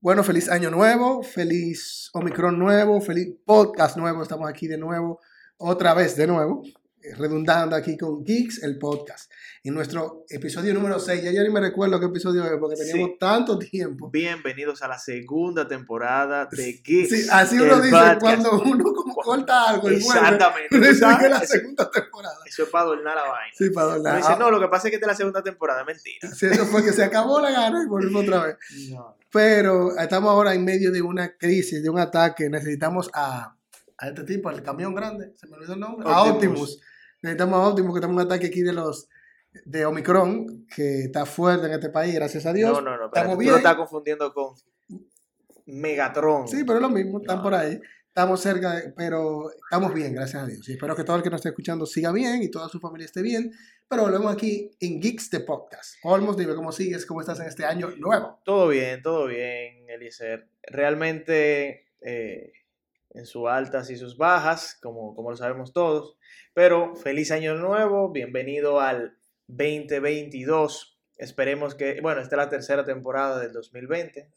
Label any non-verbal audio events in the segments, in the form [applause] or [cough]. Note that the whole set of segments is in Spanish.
Bueno, feliz año nuevo, feliz Omicron nuevo, feliz podcast nuevo. Estamos aquí de nuevo, otra vez de nuevo, eh, redundando aquí con Geeks, el podcast. En nuestro episodio número 6, ya yo ni me recuerdo qué episodio es porque teníamos Sí. tanto tiempo. Bienvenidos a la segunda temporada de Geeks. Sí, ah, pues así el uno dice podcast. cuando uno como Cu- corta algo y vuelve. uno Exactamente. Tú dice que sabes, es la eso- segunda Ah, temporada. Eso es para adornar la vaina. Sí, para Uno dice, hablar. no, lo que pasa es que esta es la segunda temporada, mentira. Si eso fue que se acabó la gana y volvimos otra vez. No. Pero estamos ahora en medio de una crisis, de un ataque. Necesitamos a, a este tipo, al camión grande, se me olvidó el nombre. A Optimus. Optimus. Necesitamos a Optimus, que tenemos un ataque aquí de los de Omicron, que está fuerte en este país, gracias a Dios. No, no, no. espérate, estamos tú lo bien. estás confundiendo con Megatron. Sí, pero es lo mismo, están No. por ahí. Estamos cerca, de- pero estamos bien, gracias a Dios. Y espero que todo el que nos esté escuchando siga bien y toda su familia esté bien. Pero volvemos aquí en Geeks de Podcast. Olmos, dime cómo sigues, cómo estás en este año nuevo. Todo bien, todo bien, Eliezer. Realmente eh, en sus altas y sus bajas, como, como lo sabemos todos. Pero feliz año nuevo, bienvenido al 2022. Esperemos que, bueno, esta es la tercera temporada del 2020.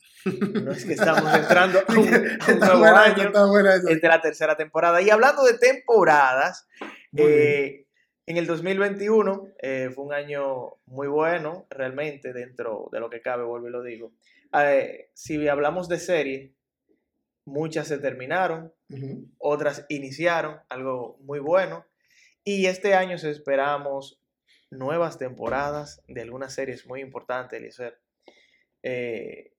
No es que estamos entrando a [laughs] un, a [laughs] un está nuevo buena año. esa, está buena esa. Esta es la tercera temporada. Y hablando de temporadas, Muy bien. eh, en el 2021 eh, fue un año muy bueno, realmente, dentro de lo que cabe, vuelvo y lo digo. Eh, si hablamos de series, muchas se terminaron, Ujú. otras iniciaron, algo muy bueno. Y este año se esperamos nuevas temporadas de algunas series muy importantes, Eliezer. Eh,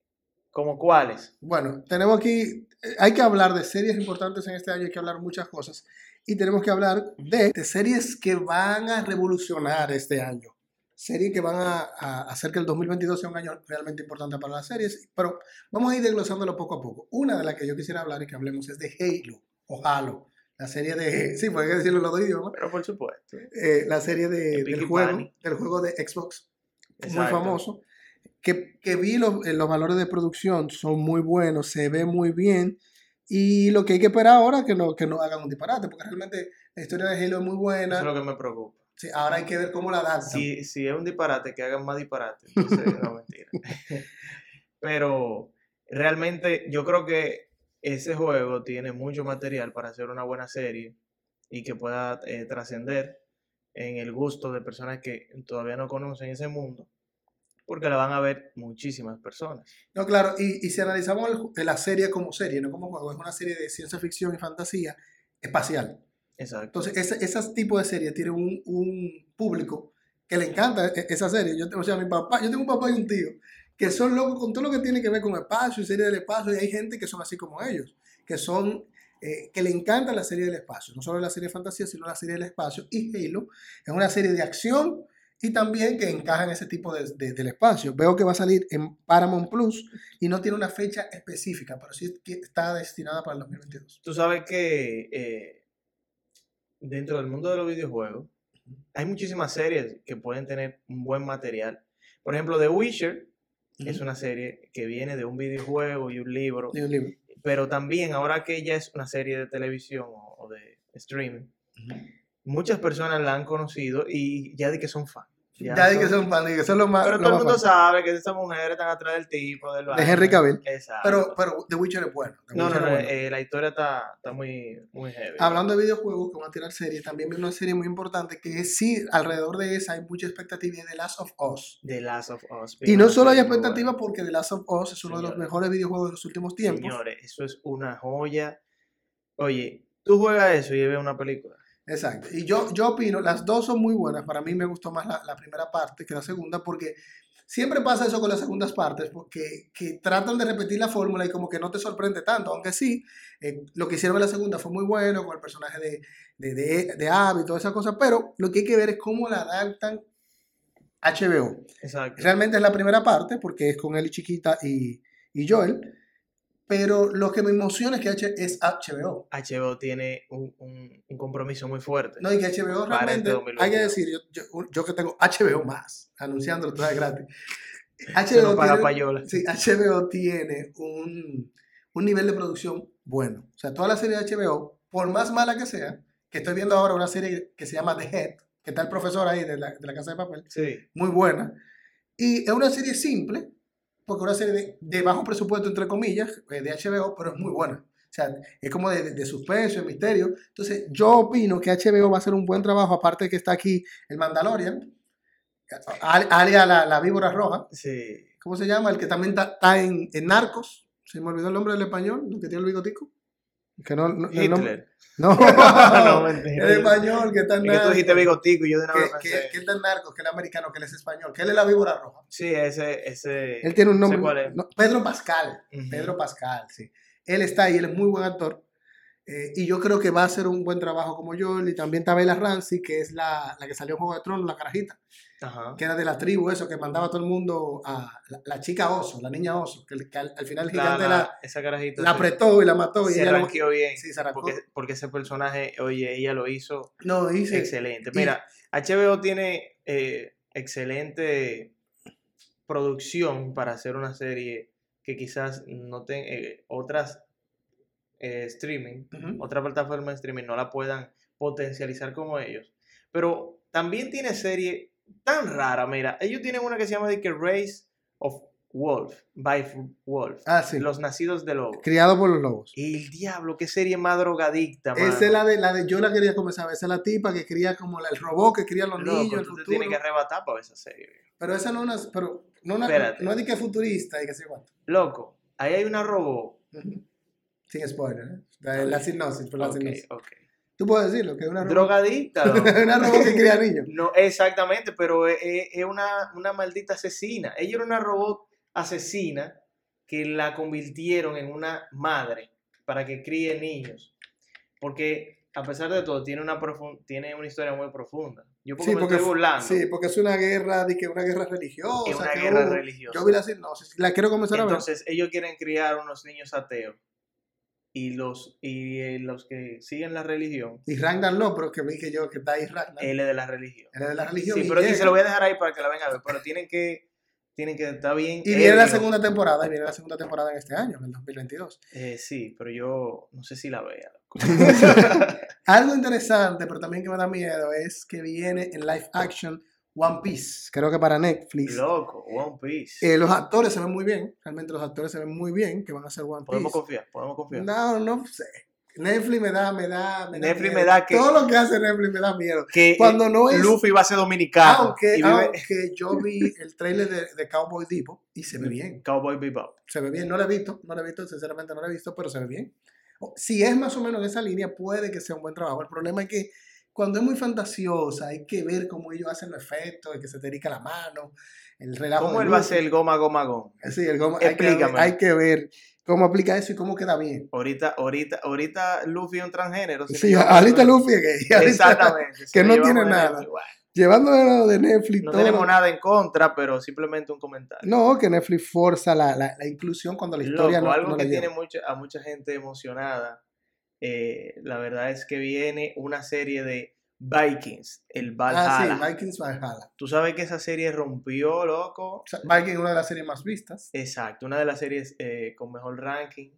¿Como cuáles? Bueno, tenemos aquí, eh, hay que hablar de series importantes en este año, hay que hablar muchas cosas. Y tenemos que hablar de, de series que van a revolucionar este año. Series que van a, a hacer que el 2022 sea un año realmente importante para las series. Pero vamos a ir desglosándolo poco a poco. Una de las que yo quisiera hablar y que hablemos es de Halo o Halo. La serie de... [laughs] Sí, porque hay que decirlo en los dos idiomas. Pero por supuesto. eh, la serie de, Epic del, y juego, Bunny. del juego de Xbox, muy Exacto. famoso, que, que vi los, eh, los valores de producción, son muy buenos, se ve muy bien, y lo que hay que esperar ahora es que no, que no hagan un disparate, porque realmente la historia de Halo es muy Eso buena, es lo que me preocupa. Sí, ahora hay que ver cómo la adaptan. si, si es un disparate, que hagan más disparate. Entonces, no, mentira. Pero realmente yo creo que ese juego tiene mucho material para hacer una buena serie y que pueda eh, trascender en el gusto de personas que todavía no conocen ese mundo, porque la van a ver muchísimas personas. No, claro, y, y si analizamos el ju- la serie como serie, no como juego, es una serie de ciencia ficción y fantasía espacial. Exacto. Entonces, ese, ese tipo de series tienen un, un público que le encanta e- esa serie. Yo, tengo- o sea, mi papá, yo tengo un papá y un tío que son locos con todo lo que tiene que ver con espacio y series del espacio, y hay gente que son así como ellos, que son eh, que le encanta la serie del espacio, no solo la serie de fantasía, sino la serie del espacio, y Halo es una serie de acción y también que encaja en ese tipo de, de- del espacio. Veo que va a salir en Paramount Plus y no tiene una fecha específica, pero sí que está destinada para el 2022. Tú sabes que eh, dentro del mundo de los videojuegos hay muchísimas series que pueden tener un buen material. Por ejemplo, The Witcher es una serie que viene de un videojuego y un libro, Y un libro. pero también ahora que ya es una serie de televisión o o de streaming, muchas personas la han conocido y ya de que son fan. Ya, di que son fan, di que son los más. Pero los todo el más mundo fan. sabe que esas mujeres están atrás del tipo, del vaina. Henry Cavill. Exacto. Pero, pero The Witcher es bueno. The no, no, Witcher no, es bueno. eh, la historia está, está muy, muy heavy. Hablando de videojuegos que van a tirar series, también vi una serie muy importante que es sí, alrededor de esa hay mucha expectativa y es The Last of Us. The Last of Us. Y bien, no una solo hay serie muy expectativa buena. porque The Last of Us es uno de los Señores. mejores videojuegos de los últimos tiempos. Señores, eso es una joya. Oye, tú juegas eso y ves una película. Exacto. Y yo, yo opino, las dos son muy buenas. Para mí me gustó más la, la primera parte que la segunda, porque siempre pasa eso con las segundas partes, porque que tratan de repetir la fórmula y como que no te sorprende tanto, aunque sí, eh, lo que hicieron en la segunda fue muy bueno con el personaje de, de, de, de Abby y todas esas cosas, pero lo que hay que ver es cómo la adaptan a HBO. Exacto. Realmente es la primera parte, porque es con Eli Chiquita y, y Joel, pero lo que me emociona es que H- es HBO. HBO tiene un, un- un compromiso muy fuerte. No, y que HBO Para este realmente, 2022. hay que decir, yo, yo- yo que tengo HBO más, anunciándolo todo de gratis. Eso no HBO paga tiene- payola. Sí, HBO tiene un, un nivel de producción bueno. O sea, toda la serie de HBO, por más mala que sea, que estoy viendo ahora una serie que se llama The Head, que está el profesor ahí de la, de la Casa de Papel, Sí. muy buena. Y es una serie simple, porque es una serie de, de bajo presupuesto, entre comillas, eh, de HBO, pero es muy buena. O sea, es como de, de- de suspenso, de misterio. Entonces, yo opino que HBO va a hacer un buen trabajo, aparte de que está aquí el Mandalorian, al- alias la, la víbora roja. Sí. ¿cómo se llama? El que también está, está en, en Narcos. Se me olvidó el nombre del español, el que tiene el bigotico. Que no, no, el nombre- Hitler. [laughs] No, [laughs] [laughs] no, el mentira. español que está en Es que tú dijiste Narcos. bigotico y yo de una Que, vez que- pensé. que está en Narcos, que él es americano, que él es español, que él es la víbora roja. Sí, ese, ese. Él tiene un nombre. cuál es. no, Pedro Pascal. Ujú. Pedro Pascal, sí. Él está ahí, él es muy buen actor. eh, y yo creo que va a hacer un buen trabajo como Joel. Y también está Bella Ramsey, que es la, la que salió en Juego de Tronos, la carajita. Ajá. que era de la tribu, eso, que mandaba a todo el mundo a la, la chica oso, la niña oso, que, el- que al, al final el La, gigante la, la- esa carajita. la se- apretó y la mató. Y se ella lo- ranqueó bien. sí, se arrancó. Porque, porque ese personaje, oye, ella lo hizo No, dice. excelente. Y- Mira, HBO tiene eh, excelente producción para hacer una serie que quizás no tenga otras eh, streaming, Ujú. otra plataforma de streaming no la puedan potencializar como ellos. Pero también tiene serie tan rara, mira, ellos tienen una que se llama de que Race of Wolf, by F- Wolf, Ah, sí. Los Nacidos de Lobo. Criado por los lobos. El diablo, qué serie más drogadicta, mano. Esa es la de, la de yo la quería comenzar, esa es la tipa que cría como la- el robot que cría los Loco, niños, el tú te futuro. tienes que arrebatar para ver esa serie. viejo. Pero esa no es una, pero no una, Espérate. no es de que futurista y que sé cuánto. Loco, ahí hay una robot. Ujú. Sin spoiler, ¿eh? La, la sinopsis, pero la Ok, sinopsis. ok. Tú puedes decirlo, que es una robot, Drogadicta, loco. [laughs] una robot que cría [laughs] niños. No, exactamente, pero es, es- es una, una maldita asesina. Ella era una robot asesina que la convirtieron en una madre para que críe niños. Porque, a pesar de todo, tiene una, profun- tiene una historia muy profunda. Yo porque Sí, me porque estoy fu- burlando. Sí, porque es una guerra, de que una guerra religiosa. es una que guerra hubo. religiosa. Yo vi la sinopsis, la quiero comenzar a ver. Entonces, ellos quieren criar unos niños ateos. Y los, y eh, los que siguen la religión, Y Ragnar no, pero que vi que yo, que está ahí Ragnar. él es de la religión. Él es de la religión. Sí, y pero sí, llega- se lo voy a dejar ahí para que la vengan a ver. Pero tienen que, tienen que estar bien. y viene la ebrios. segunda temporada, y viene la segunda temporada en este año, en el 2022. Eh, sí, pero yo no sé si la vea. [laughs] loco. Algo interesante, pero también que me da miedo, es que viene en live action One Piece. Creo que para Netflix. Loco, One Piece. Eh, los actores se ven muy bien, realmente los actores se ven muy bien, que van a hacer One podemos Piece. confiar, podemos confiar. No, no sé. Netflix me da, me da, me da Netflix me miedo. da que- Todo lo que hace Netflix me da miedo. que eh, Cuando no es Ah, Luffy va a ser dominicano. Aunque, y vive- aunque yo vi el trailer de, de Cowboy Depot y se ve bien. Cowboy Bebop. Se ve bien. No lo he visto, no lo he visto, sinceramente no lo he visto, pero se ve bien. O- Si es más o menos en esa línea, puede que sea un buen trabajo. El problema es que cuando es muy fantasiosa, hay que ver cómo ellos hacen los efectos, el que se te erica la mano, el relajo. ¿Cómo de él va a luces. ser el goma, goma, goma? Sí, el goma- hay, que ver, Explícame. hay que ver cómo aplica eso y cómo queda bien. Ahorita, ahorita, ahorita Luffy es un transgénero. si Sí, no me equivoco. ahorita Luffy [laughs] es gay. ahorita- Exactamente. [laughs] si que lo no llevamos tiene de nada. Netflix, bueno, Llevándolo de Netflix No todo lo- tenemos nada en contra, pero simplemente un comentario. No, que Netflix forza la, la- la inclusión cuando la historia Loco, no, algo no la que lleva. tiene mucha, a mucha gente emocionada. eh, la verdad es que viene una serie de Vikings, el Valhalla. Ah, sí, Vikings Valhalla. Tú sabes que esa serie rompió, loco. O sea, Vikings es una de las series más vistas. Exacto, una de las series eh, con mejor ranking.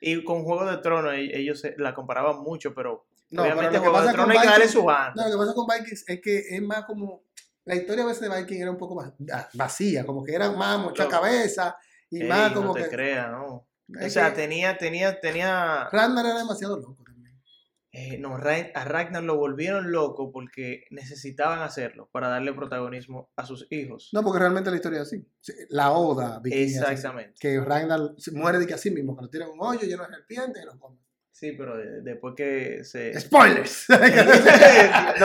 Y con Juego de Tronos e- ellos se- la comparaban mucho, pero No, obviamente pero lo que Juego de pasa con Tronos hay que darle Vikings, su banda. no, lo que pasa con Vikings es que es más como. La historia a veces de Vikings era un poco más ah, vacía, como que era más mucha Loco. cabeza y Ey, más no como te que. creas, ¿no? es o sea, que tenía, tenía, tenía... Ragnar era demasiado loco también. eh, no, Ra- a Ragnar lo volvieron loco porque necesitaban hacerlo para darle protagonismo a sus hijos. No, porque realmente la historia es así. Sí, La oda vikinga. es así. Exactamente. Que Ragnar se muere de que así mismo, que lo tiran en un hoyo lleno de serpientes y lo comen. Sí, pero de- después que se... [laughs] ¡Spoilers! [laughs] no,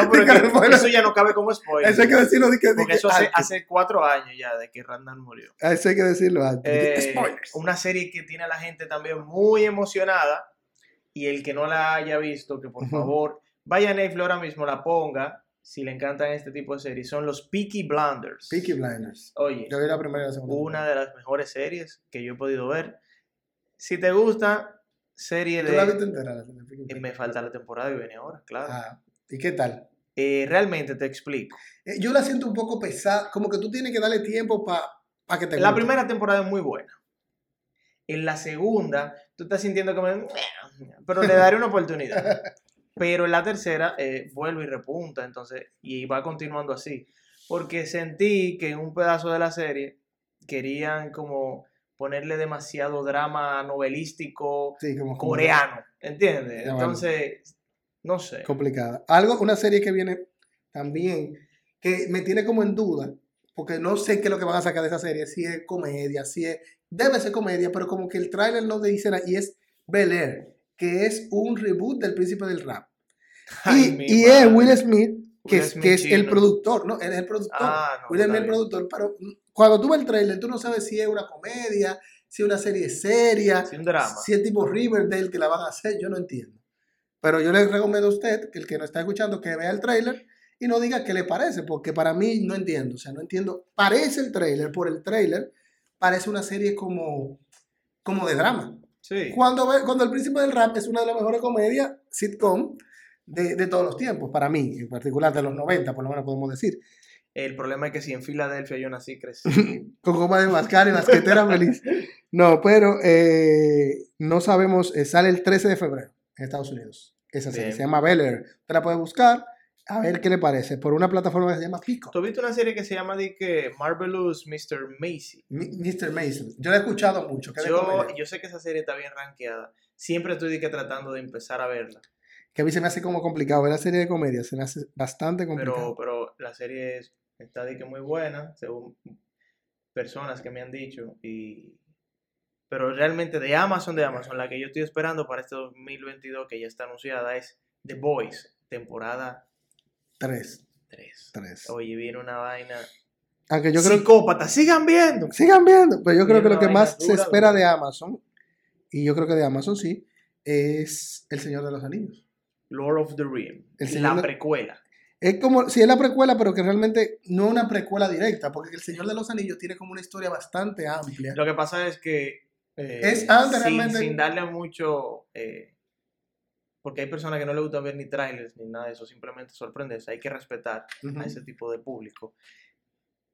pero Claro, que- bueno. eso ya no cabe como spoiler. Eso hay que decirlo. de que- de Porque que eso hace, antes. hace cuatro años ya de que Randall murió. Eso hay que decirlo antes. de que- Eh, ¡Spoilers! una serie que tiene a la gente también muy emocionada. Y el que no la haya visto, que por Ujú. favor vaya a Netflix ahora mismo, la ponga. Si le encantan este tipo de series, son los Peaky Blinders. Peaky Blinders. Oye, Yo vi la primera y la segunda. una de las mejores series que yo he podido ver. Si te gusta, serie ¿Tú la viste de. entera? la de Peaky Eh, Blinders? Me falta la temporada y viene ahora, claro. Ah, ¿Y qué tal? Eh, realmente te explico. Eh, yo la siento un poco pesada, como que tú tienes que darle tiempo para para que te La guste. primera temporada es muy buena. En la segunda, tú estás sintiendo como, "Meh", pero le daré una [laughs] oportunidad. Pero en la tercera eh, vuelve y repunta, entonces, y va continuando así. Porque sentí que en un pedazo de la serie querían como ponerle demasiado drama novelístico Sí, como, como coreano, ¿entiendes? Ya, bueno. Entonces, no sé. complicada. Algo, una serie que viene también, que me tiene como en duda, porque no sé qué es lo que van a sacar de esa serie, si es comedia, si es, debe ser comedia, pero como que el tráiler no te dice nada, y es Bel Air, que es un reboot del Príncipe del Rap. Ay, y mi y es madre. Will Smith, que, Will es, Smith que es el chino. productor, ¿no? Él es el productor. Ah, no, Will Smith está es el bien. productor, pero mm, cuando tú ves el tráiler, tú no sabes si es una comedia, si es una serie seria, Sí, un drama. si es tipo Riverdale que la van a hacer, yo no entiendo. Pero yo les recomiendo a usted, que el que nos está escuchando, que vea el tráiler y no diga qué le parece, porque para mí no entiendo. O sea, no entiendo. Parece el tráiler, por el tráiler, parece una serie como, como de drama. Sí. Cuando, ve- cuando El Príncipe del Rap es una de las mejores comedias sitcom de, de todos los tiempos, para mí, en particular de los 90, por lo menos podemos decir. El problema es que si en Filadelfia yo nací, crecí. [laughs] Con goma de mascar y basquetera feliz. No, pero eh, no sabemos, eh, sale el 13 de febrero en Estados Unidos. Esa serie Bien. se llama Bel Air. Usted la puede buscar, a ver qué le parece, por una plataforma que se llama Pico. ¿Tú viste una serie que se llama de que Marvelous Mr. Macy? Mr. Mason. Yo la he escuchado mucho. que es de Yo, comedia. yo sé que esa serie está bien rankeada. Siempre estoy de que tratando de empezar a verla. Que a mí se me hace como complicado. Ver la serie de comedia se me hace bastante complicado. Pero, pero la serie es- está de que muy buena, según personas que me han dicho. Y... Pero realmente de Amazon, de Amazon, la que yo estoy esperando para este 2022 que ya está anunciada es The Boys, temporada Tres. 3. Tres. Oye, viene una vaina. Aunque yo creo que. Psicópata, sigan viendo. Sigan viendo. Pero yo creo Viene que lo una que vaina más se dura, espera dura. de Amazon, y yo creo que de Amazon sí, es El Señor de los Anillos. Lord of the Ring, El la segundo- precuela. Es como, si es la precuela, pero que realmente no es una precuela directa, porque El Señor de los Anillos tiene como una historia bastante amplia. Lo que pasa es que eh, Es antes sin, realmente- sin darle mucho, eh, porque hay personas que no le gusta ver ni trailers ni nada de eso, simplemente sorprenderse. Hay que respetar Ujú. a ese tipo de público.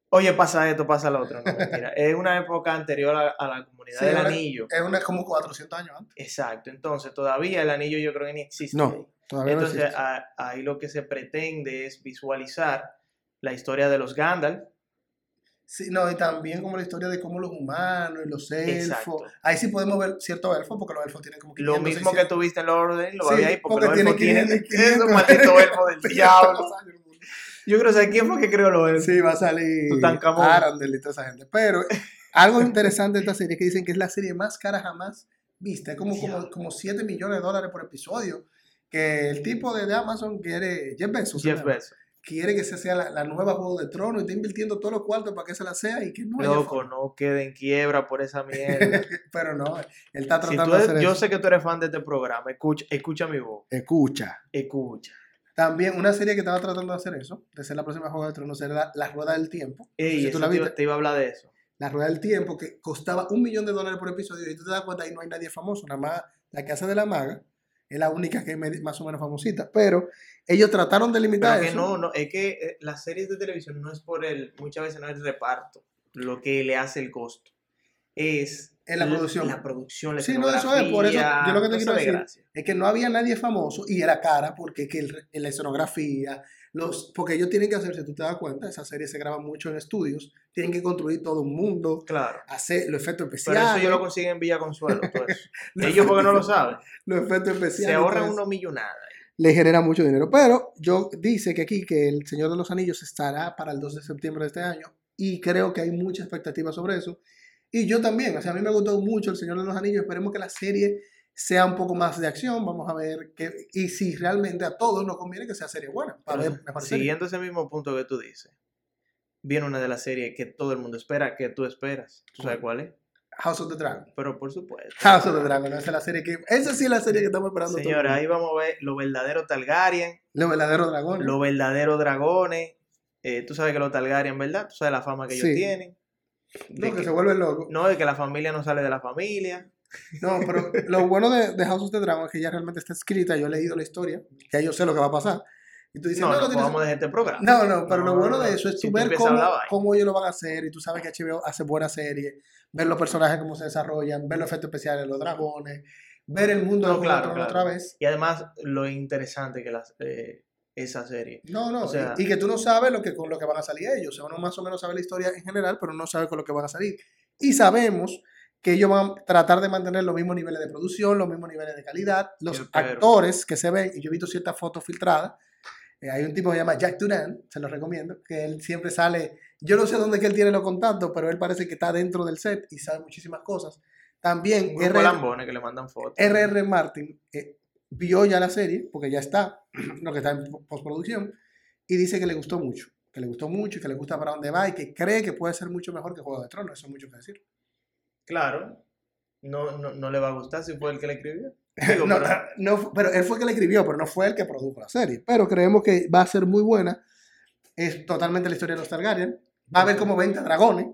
Oye, pasa esto, pasa lo otro. No, [laughs] mentira. es una época anterior a, a la comunidad Sí, del ahora- anillo. Es una, como 400 años antes. Exacto. Entonces, todavía el anillo yo creo que ni existe. No, todavía no Entonces, existe. a- ahí lo que se pretende es visualizar la historia de los Gandalf, Sí, no, y también como la historia de cómo los humanos y los elfos. Exacto. Ahí sí podemos ver ciertos elfos, porque los elfos tienen como Lo 500, mismo que 600. tuviste en Lord of the Rings, lo Sí, había ahí porque, porque los elfos tiene tienen 500, esos malditos elfos [laughs] del diablo. Pero- Yo creo que quién fue que creó los elfos. Sí, va a salir Tutankamón. Arandel y toda esa gente. Pero [laughs] algo interesante de esta serie es que dicen que es la serie más cara jamás vista. Es como, como, Diablo. como 7 millones de dólares por episodio. Que el tipo de, de Amazon quiere, Jeff Bezos, se Jeff llama, Bezos. quiere que esa sea la, la nueva Juego de Trono y está invirtiendo todos los cuartos para que esa la sea y que no haya Loco, forma. no quede en quiebra por [laughs] esa mierda. Pero no, él está Si tratando tú de eres- hacer yo eso. sé que tú eres fan de este programa. Escucha, escucha mi voz. Escucha. Escucha. También una serie que estaba tratando de hacer eso, de ser la próxima Juego de Tronos, era la, La Rueda del Tiempo. Ey, si tú eso la te, viste. iba, te iba a hablar de eso. La Rueda del Tiempo, que costaba un millón de dólares por episodio, y tú te das cuenta, ahí no hay nadie famoso, nada más la Casa de la Maga es la única que es medi- más o menos famosita, pero ellos trataron de limitar Pero que eso. no, no, es que eh, las series de televisión no es por el, muchas veces no es el reparto lo que le hace el costo. Es Es la producción. La producción, la Sí, no, eso es, por eso, yo lo que te quiero escenografía, esa decir. desgracia. Es que no había nadie famoso y era cara porque es que el re- la escenografía, los, porque ellos tienen que hacer, si tú te das cuenta, esa serie se graba mucho en estudios, tienen que construir todo un mundo, Claro. hacer los efectos Pero especiales. eso yo lo consiguen en Villa Consuelo. todo [laughs] eso. Ellos porque no lo saben. Los efectos especiales. Se ahorran todo eso. una millonada. le genera mucho dinero. Pero yo dice que aquí, que el Señor de los Anillos estará para el 12 de septiembre de este año y creo que hay mucha expectativa sobre eso. Y yo también, o sea, a mí me gustó mucho el Señor de los Anillos, esperemos que la serie sea un poco más de acción, vamos a ver que, y si realmente a todos nos conviene que sea serie buena, para ver mejor serie. Siguiendo ese mismo punto que tú dices, viene una de las series que todo el mundo espera, que tú esperas. ¿Tú sabes cuál es? House of the Dragon. Pero por supuesto. House of the Dragon, esa es la serie que, esa sí es la serie que estamos esperando. todo el Señora, mundo. ahí vamos a ver los verdaderos Targaryen, Los verdaderos dragones. los verdaderos dragones. Eh, tú sabes que los Targaryen, ¿verdad? Tú sabes la fama que ellos Sí. tienen. De No, que que- se vuelven locos. no, de que la familia no sale de la familia. No, pero lo bueno de, de House of the Dragon es que ya realmente está escrita, yo he leído la historia, ya yo sé lo que va a pasar. Y tú dices, no, no, no, no, tienes- podamos dejar este programa. no, no, pero lo No, bueno no, de no. eso es Si tú tú ver empiezas a cómo, hablar, vaina. cómo ellos lo van a hacer y tú sabes que HBO hace buenas series, ver los personajes cómo se desarrollan, ver los efectos especiales, los dragones, ver el mundo No, de claro, claro, claro. otra vez. Y además, lo interesante que las, eh, esa serie. No, no, O sea- y, y que tú no sabes lo que, con lo que van a salir ellos. O sea, uno más o menos sabe la historia en general, pero no sabe con lo que van a salir. Y sabemos que ellos van a tratar de mantener los mismos niveles de producción, los mismos niveles de calidad. Los Yo espero. actores que se ven, y yo he visto ciertas fotos filtradas, eh, hay un tipo que se llama Jack Duran, se lo recomiendo, que él siempre sale, yo no sé dónde es que él tiene los contactos, pero él parece que está dentro del set y sabe muchísimas cosas. También Un grupo de RR, lambones que le mandan fotos. RR Martin eh, vio ya la serie, porque ya está, [clears throat] lo que está en po- postproducción, y dice que le gustó mucho, que le gustó mucho y que le gusta para dónde va y que cree que puede ser mucho mejor que Juego de Tronos, eso es mucho que decir. Claro. No, no, no le va a gustar si fue el que le escribió. [laughs] Digo, No, pero- no fu- pero él fue el que la escribió, pero no fue el que produjo la serie. Pero creemos que va a ser muy buena. Es totalmente la historia de los Targaryen. Va a haber como 20 dragones.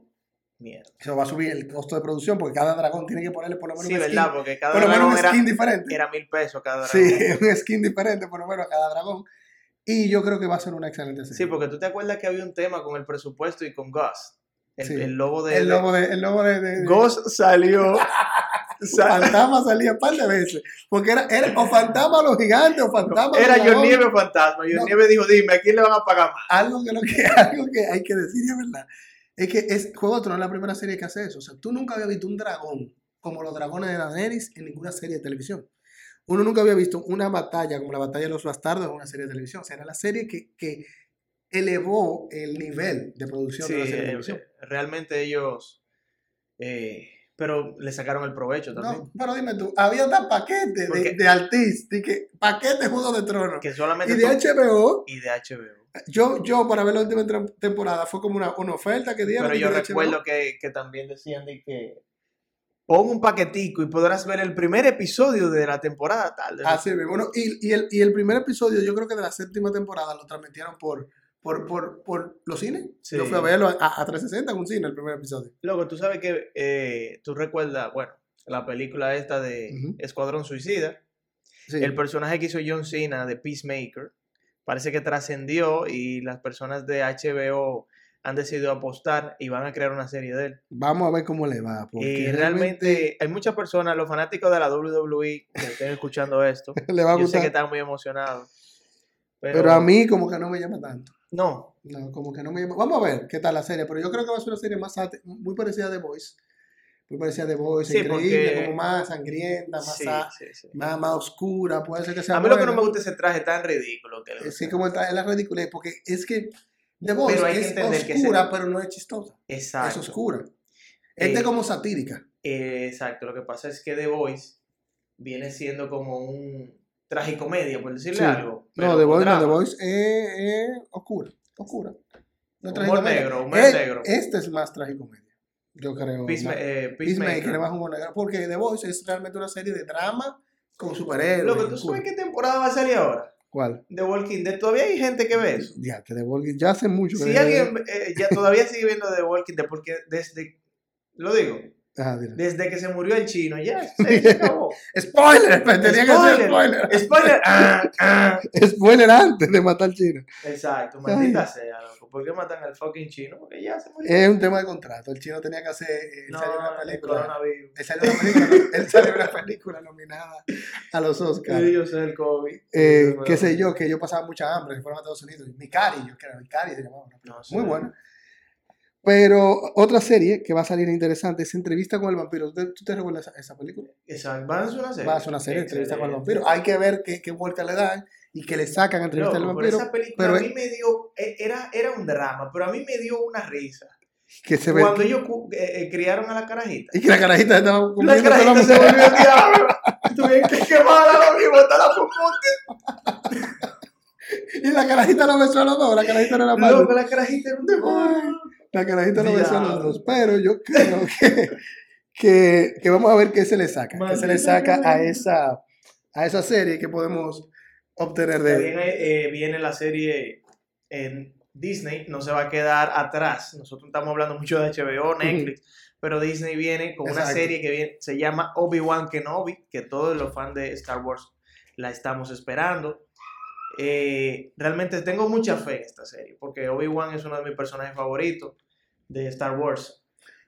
Mierda. Eso va a subir el costo de producción porque cada dragón tiene que ponerle por lo menos Sí, un skin. ¿verdad? Porque cada Por lo menos dragón un era, skin diferente. era mil pesos cada dragón. Sí, [laughs] Sí. un skin diferente por lo menos a cada dragón. Y yo creo que va a ser una excelente serie. porque tú te acuerdas que había un tema con el presupuesto y con Gus. El, Sí. el lobo de... el lobo de... El lobo de, de- de- Gus [laughs] salió... sal- Fantasma salía un par de veces. Porque era, era o fantasma a los gigantes o fantasma a Era los John dragones. Nieve fantasma. John No. Nieve dijo, dime, ¿a quién le van a pagar más? algo que, lo [laughs] que, algo que hay que decir, y es verdad. Es que es Juego de Tronos es la primera serie que hace eso. O sea, tú nunca habías visto un dragón como los dragones de Daenerys en ninguna serie de televisión. Uno nunca había visto una batalla como la batalla de los bastardos en una serie de televisión. O sea, era la serie que, que elevó el nivel de producción de la Sí, serie de eh, televisión. realmente ellos... eh, pero le sacaron el provecho también. No, pero dime tú, había tan paquete de, Porque- de Altiz, de que paquete Juego de Tronos. Que Y solamente... de tú- HBO, y de HBO. yo, yo para ver la última tre- temporada fue como una, una oferta que dieron. Pero y yo de HBO. recuerdo que, que también decían de que pon un paquetico y podrás ver el primer episodio de la temporada tal. de- Así mismo. Bueno, y, y el, y el primer episodio, yo creo que de la séptima temporada, lo transmitieron por, por, por, por los cines. Sí. Yo fui a verlo a, a 360 en un cine, el primer episodio. Loco, tú sabes que eh, tú recuerdas, bueno, la película esta de Ujú. Escuadrón Suicida, Sí. el personaje que hizo John Cena de Peacemaker, parece que trascendió y las personas de HBO han decidido apostar y van a crear una serie de él. Vamos a ver cómo le va. Porque y realmente, hay muchas personas, los fanáticos de la WWE que estén escuchando esto, [laughs] le va a yo sé gustar. que están muy emocionados. pero a mí, como que no me llama tanto. No, No, como que no me llama. Vamos a ver qué tal la serie. Pero yo creo que va a ser una serie más sati- muy parecida a The Voice. Muy parecida a The Voice, Sí, increíble, porque- como más sangrienta, más, Sí, sa- sí, sí. más, más oscura. Puede ser que sea. A mí lo que no buena. me gusta es ese traje tan ridículo que le- Sí, como está, es la ridiculez, porque es que The Voice Pero hay que es entender que oscura, se- pero no es chistosa. Exacto. Es oscura. Este Eh, es como satírica. eh, exacto. Lo que pasa es que The Voice viene siendo como un tragicomedia, por decirle Sí. algo. No, The Voice, no, The de Voice es, es oscura. Oscura. No es Humor tragicomedia. negro, humor Eh, negro. eh, Este es más tragicomedia. Yo creo. más- Peacemaker es más humor negro. Porque The Voice es realmente una serie de drama con superhéroes. Lo que tú oscura. sabes qué temporada va a salir ahora. ¿Cuál? The Walking Dead. Todavía hay gente que ve eso. Ya, que The Voice ya hace mucho. que Si The alguien eh, ya todavía sigue viendo The Walking Dead, porque desde, lo digo, Ajá, dile. desde que se murió el chino, [laughs] ya se, se acabó. ¡Spoiler! [laughs] Tenía que ser spoiler. Spoiler. Ah, ah. Spoiler antes de matar al chino. Exacto, maldita sea, loco. ¿Por qué matan al fucking chino? Porque ya se murió. Es un tema de contrato. El chino tenía que hacer. eh, no, salió una el película. coronavirus. Él salió, una película, él salió una película nominada a los Oscars. Yo sé el COVID. Eh, qué sé yo, que yo pasaba mucha hambre, que fueron a Estados Unidos. Micari, yo creo, Micari se llamaba. ¿no? No sé. Muy buena. Pero otra serie que va a salir interesante es Entrevista con el Vampiro. ¿Tú tú te recuerdas esa, esa película? Exacto, van a hacer una serie. Este, Va a ser una serie, Entrevista con el Excelente. Vampiro. Hay que ver qué, qué vuelta le dan y que le sacan a Entrevista al Loco, pero Vampiro, esa película pero- a mí me dio, e- era, era un drama, pero a mí me dio una risa. que se ve. Cuando ellos cu- eh, eh, criaron a la carajita. Y que la carajita estaba La cumpliendo toda carajita se mujer. volvió el diablo. Tuvieron que quemarla y botarla por monte. Y la carajita lo besó a los dos, la carajita [laughs] no era mala. Loco, la carajita era un demonio. La carajita lo besó a los Diablo. dos. Pero yo creo [laughs] que, que, que vamos a ver qué se le saca. Qué se le Maldita saca a carajita. esa, a esa serie que podemos obtener de También eh, viene la serie en Disney, no se va a quedar atrás. Nosotros estamos hablando mucho de HBO, Netflix, pero Disney viene con una Exacto. serie que viene- se llama Obi-Wan Kenobi, que todos los fans de Star Wars la estamos esperando. Eh, realmente tengo mucha fe en esta serie, porque Obi-Wan es uno de mis personajes favoritos de Star Wars.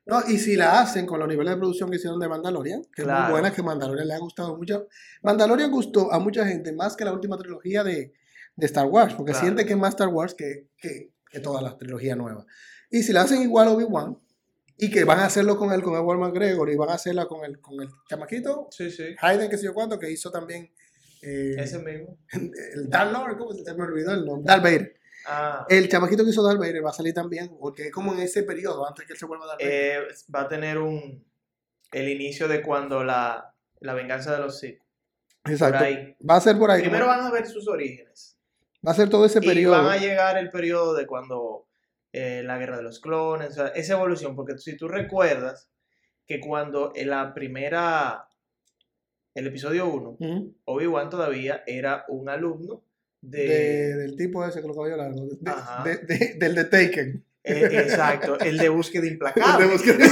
No, y si la hacen con los niveles de producción que hicieron de Mandalorian, que es muy Claro. buena, que Mandalorian le ha gustado mucho. Mandalorian gustó a mucha gente más que la última trilogía de, de Star Wars, porque Claro. siente que es más Star Wars que, que, que todas las trilogías nuevas. Y si la hacen igual a Obi-Wan, y que van a hacerlo con el con Edward McGregor, y van a hacerla con el, con el chamaquito, Sí, sí. Hayden, que sé yo cuánto, que hizo también eh, Ese mismo. [laughs] el Darth Lord, ¿cómo se se me olvidó el nombre? Darth Vader. Ah, El chamaquito que hizo Darth Vader va a salir también, porque es como en ese periodo, antes que él se vuelva Darth Vader. eh, va a tener un. El inicio de cuando la, la venganza de los Sith. Por Exacto. ahí. Va a ser por ahí. Primero como- van a ver sus orígenes. va a ser todo ese Y Este periodo. van a llegar el periodo de cuando eh, la guerra de los clones, o sea, esa evolución, porque si tú recuerdas que cuando en la primera, el episodio 1, Ujú. Obi-Wan todavía era un alumno de... De- del tipo ese que lo cabía largo. de- eh, Ajá. de- de- del de Taken. eh, exacto, el de búsqueda implacable. [laughs] De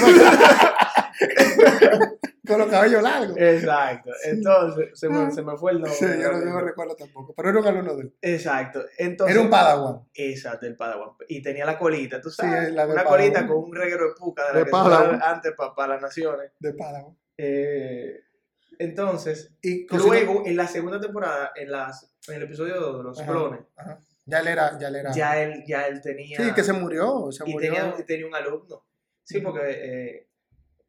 búsqueda- Con los cabellos largos. Eh, Exacto, entonces se me, se me fue el nombre. Ah. Sí, yo no, yo no recuerdo tampoco. Pero era un alumno de él. Exacto, entonces... era un padawan. Exacto, el Padawan. Y tenía la colita, tú Sí, sabes, la del una Padawan. colita con un reguero de puca de la De que se Padawan. usaba antes para las naciones. De padawan. Eh, entonces, Y cosita- luego en la segunda temporada, en, las, en el episodio dos de los Ajá. clones, Ajá. Ya él era. Ya él era. ya él, ya él tenía, sí, que se murió. Se y murió. tenía, y tenía un alumno. Sí, porque eh,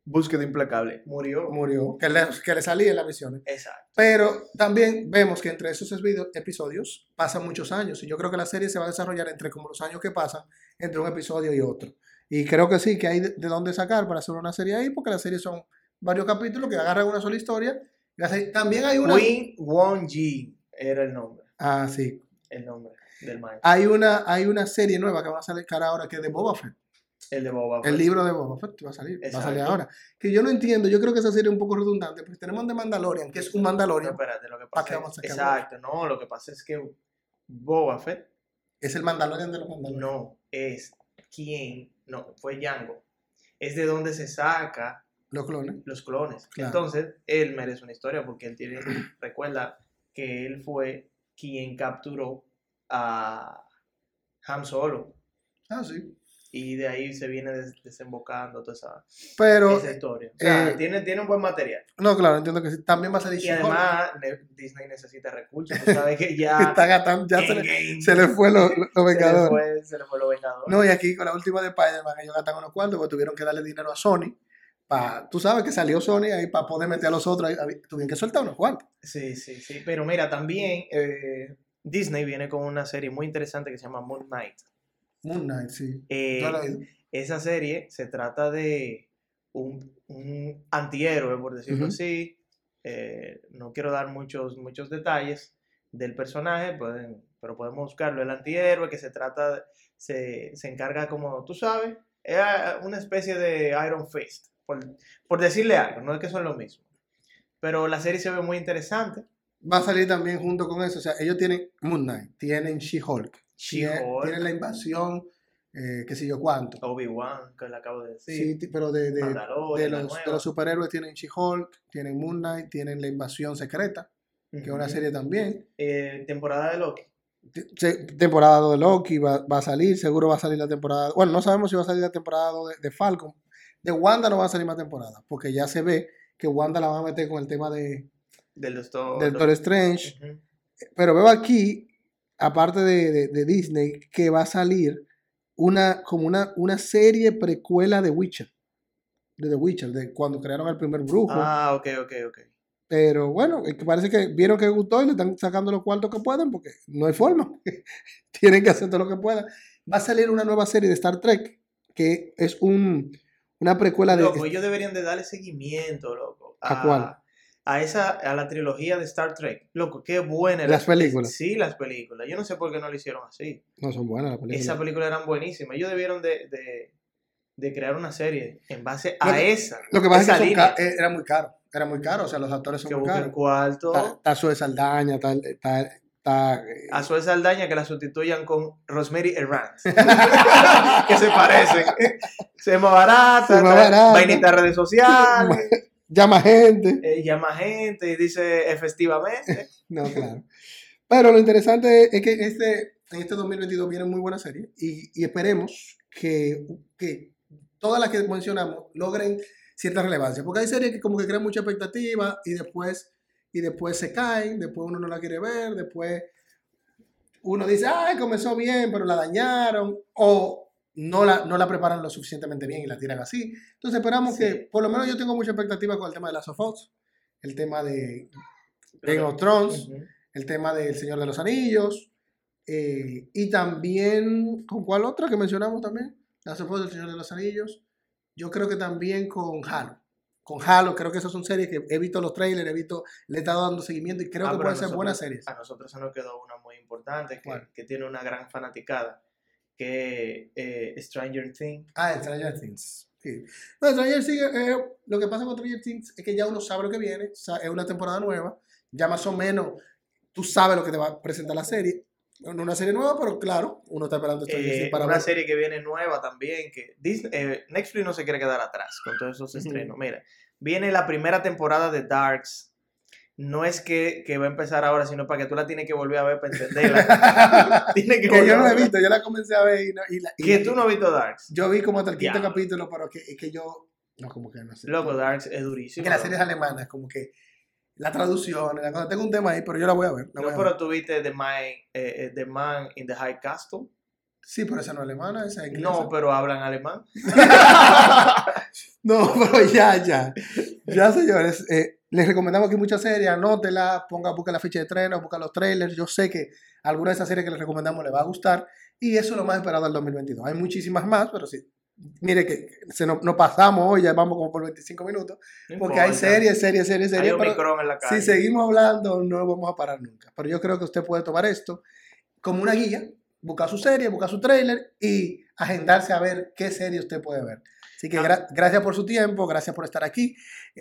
Búsqueda Implacable murió. Murió. Que le, que le salía en las visiones. Exacto. Pero también vemos que entre esos video- episodios pasan muchos años y yo creo que la serie se va a desarrollar entre como los años que pasan entre un episodio y otro. Y creo que sí, que hay de, de dónde sacar para hacer una serie ahí, porque las series son varios capítulos que agarran una sola historia. La serie- también hay una... Win Won Jin era el nombre, Ah, sí. el nombre del maestro, Hay una, hay una serie nueva que va a salir cara ahora que es de Boba Fett. el de Boba Fett. El libro de Boba Fett va a salir, va a salir Exacto. ahora. Que yo no entiendo, yo creo que esa serie es un poco redundante, porque tenemos de Mandalorian, que es un No, Mandalorian, espérate, lo que ¿Para qué pasa vamos a es, sacar exacto, no, lo que pasa es que Boba Fett es el Mandalorian de los Mandalorian. no es quien, no, fue Django. Es de donde se saca Los clones. los clones. Claro. Entonces, él merece una historia porque él tiene, [clears throat] recuerda que él fue quien capturó a Han Solo. Ah, sí. Y de ahí se viene des- desembocando toda esa, Pero esa historia. O sea, eh, tiene, tiene un buen material. No, claro, entiendo que sí. También va a salir Y She-Hulk, además, ne- Disney necesita recursos. Tú sabes que [laughs] ya. que está gastando- ya se le, Endgame, se le fue los lo, lo eh, se le Vengadores. fue, se le fue los Vengadores. No, y aquí con la última de Spider-Man, ellos gastan unos cuantos porque tuvieron que darle dinero a Sony. Pa, tú sabes que salió Sony ahí para poder meter a los otros. ahí, ahí, tuvieron que soltar unos cuantos. Sí, sí, sí. Pero mira, también eh, Disney viene con una serie muy interesante que se llama Moon Knight. Moon Knight, sí. Eh, Yo lo he oído. esa serie se trata de un, un antihéroe, por decirlo Ujú. así. Eh, no quiero dar muchos, muchos detalles del personaje, pueden- pero podemos buscarlo. El antihéroe que se trata, se, se encarga como, tú sabes, era una especie de Iron Fist, por, por decirle algo, no es que son lo mismo. Pero la serie se ve muy interesante. Va a salir también junto con eso. O sea, ellos tienen Moon Knight, tienen She-Hulk, tien- She-Hulk. tienen la invasión, eh, qué sé yo cuánto. Obi-Wan, que le acabo de decir. Sí, ti- pero de, de, de Mandalorian, la los, de nueva. los superhéroes tienen She-Hulk, tienen Moon Knight, tienen la invasión secreta, que es una Ujú. serie también. Eh, temporada de Loki. se- temporada 2 de Loki va, va a salir, seguro va a salir la temporada. Bueno, no sabemos si va a salir la temporada 2 de, de Falcon. De Wanda no va a salir más temporada, porque ya se ve que Wanda la va a meter con el tema de, Del Doctor. del Doctor Strange. Ujú. Pero veo aquí, aparte de, de- de Disney, que va a salir una, como una, una serie precuela de Witcher. De The Witcher, de cuando crearon al primer brujo. Ah, ok, ok, ok. Pero bueno, es que parece que vieron que gustó y le están sacando los cuartos que pueden porque no hay forma. [laughs] Tienen que hacer todo lo que puedan. Va a salir una nueva serie de Star Trek que es un, una precuela de... Loco, ellos deberían de darle seguimiento, loco. este ¿A cuál? A esa, a la trilogía de Star Trek. Loco, qué buena era. Las películas. Sí, las películas. Yo no sé por qué no lo hicieron así. No son buenas las películas. Esas películas eran buenísimas. Ellos debieron de, de, de crear una serie en base a Lo que- esa. Lo que pasa es que esa son línea. ca- eh, era muy caro. Era muy caro. O sea, los actores son Ah, Que muy busquen caros. cuarto. Está, está Zoe Saldaña, está... está, está, eh, A Zoe Saldaña que la sustituyan con Rosemary [laughs] Errant. [laughs] que se parecen. Se más barata. Se más barata. Vainita de [laughs] redes sociales. llama gente. eh, llama gente y dice efectivamente. No, claro. Pero lo interesante es que este, en este 2022 vienen muy buenas series y, y esperemos que, que todas las que mencionamos logren cierta relevancia. Porque hay series que como que crean mucha expectativa y después, y después se caen, después uno no la quiere ver, después uno dice, ay, comenzó bien, pero la dañaron, o no la, no la preparan lo suficientemente bien y la tiran así. Entonces esperamos Sí. que, por lo menos yo tengo mucha expectativa con el tema de las of Us, el tema de Game Claro. of Thrones, Ujú. Ah, el tema del Señor de los Anillos, eh, y también, ¿con cuál otra que mencionamos también? Las of Us, el Señor de los Anillos. Yo creo que también con Halo. Con Halo, creo que esas son series que he visto los trailers, he visto, le he estado dando seguimiento y creo Ah, que pero pueden ser nosotros- buenas series. A nosotros se nos quedó una muy importante que, ¿Cuál? que tiene una gran fanaticada, que eh, Stranger Things. Ah, el Stranger Things. Sí. No, Stranger Things, eh, eh, lo que pasa con Stranger Things es que ya uno sabe lo que viene, sa- es una temporada nueva, ya más o menos tú sabes lo que te va a presentar la serie. No una serie nueva, pero claro, uno está esperando Stranger Eh, Things para una ver. serie que viene nueva también, que Disney, eh, Netflix no se quiere quedar atrás con todos esos Ujú. estrenos. Mira, viene la primera temporada de Darks. No es que, que va a empezar ahora, sino para que tú la tienes que volver a ver para entenderla. [laughs] Tienes que, que volver yo a no la he verla. visto, yo la comencé a ver y, no- y la- y Que la- tú no has visto Darks. Yo vi como hasta el quinto Diablo. capítulo, pero que, es que yo. No, como que no sé. Loco, Darks es durísimo. que las loco. series alemanas, como que la traducción, la cosa. Tengo un tema ahí, pero yo la voy a ver. la voy No, a ver. pero tú viste The Man, eh, eh, The Man in the High Castle. Sí, pero esa no es alemana, esa es inglesa. No, pero hablan alemán. [laughs] No, pero ya, ya. Ya, señores. eh, les recomendamos aquí muchas series. Anótela, ponga, busca la ficha de estreno, busca los trailers. Yo sé que alguna de esas series que les recomendamos les va a gustar. Y eso es lo más esperado del 2022. Hay muchísimas más, pero sí. Mire que se nos, nos pasamos hoy, ya vamos como por 25 minutos. No Porque hay importa. series, series, series, Hay series. un pero- micrón en la calle. si [laughs] seguimos hablando, no vamos a parar nunca. Pero yo creo que usted puede tomar esto como una guía, buscar su serie, buscar su trailer y agendarse a ver qué serie usted puede ver. Así que gra- gracias por su tiempo, gracias por estar aquí.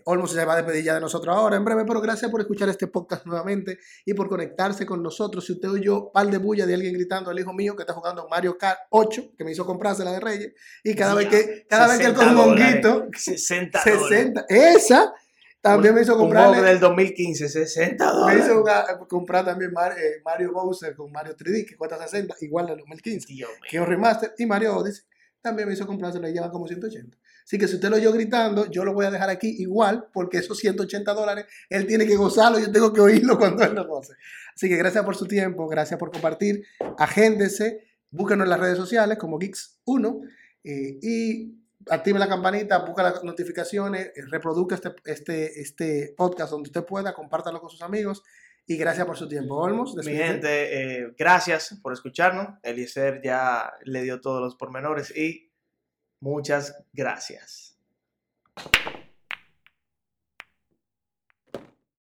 Olmos se va a despedir ya de nosotros ahora en breve, pero gracias por escuchar este podcast nuevamente y por conectarse con nosotros. Si usted oyó par de bulla de alguien gritando, el hijo mío que está jugando Mario Kart 8, que me hizo comprarse la de Reyes, y cada vez que, cada vez que él coge un 60 honguito, 60 dólares. 60, esa también me hizo Un comprarle Vogue del 2015, 60 me dólares. hizo jugar- comprar también Mar- eh, Mario Bowser con Mario 3D, que cuesta 60, igual al 2015, Dios mío. que es un remaster, y Mario Odyssey también me hizo comprar, se le llevan como 180. Así que si usted lo oyó gritando, yo lo voy a dejar aquí igual, porque esos 180 dólares, él tiene que gozarlo, yo tengo que oírlo cuando él lo goce. Así que gracias por su tiempo, gracias por compartir, agéndese, búsquenos en las redes sociales como Geeks1 eh, y active la campanita, busca las notificaciones, eh, reproduzca este, este, este podcast donde usted pueda, compártalo con sus amigos y gracias por su tiempo. Olmos, Mi despídete. gente, eh, gracias por escucharnos. Eliezer ya le dio todos los pormenores y muchas gracias.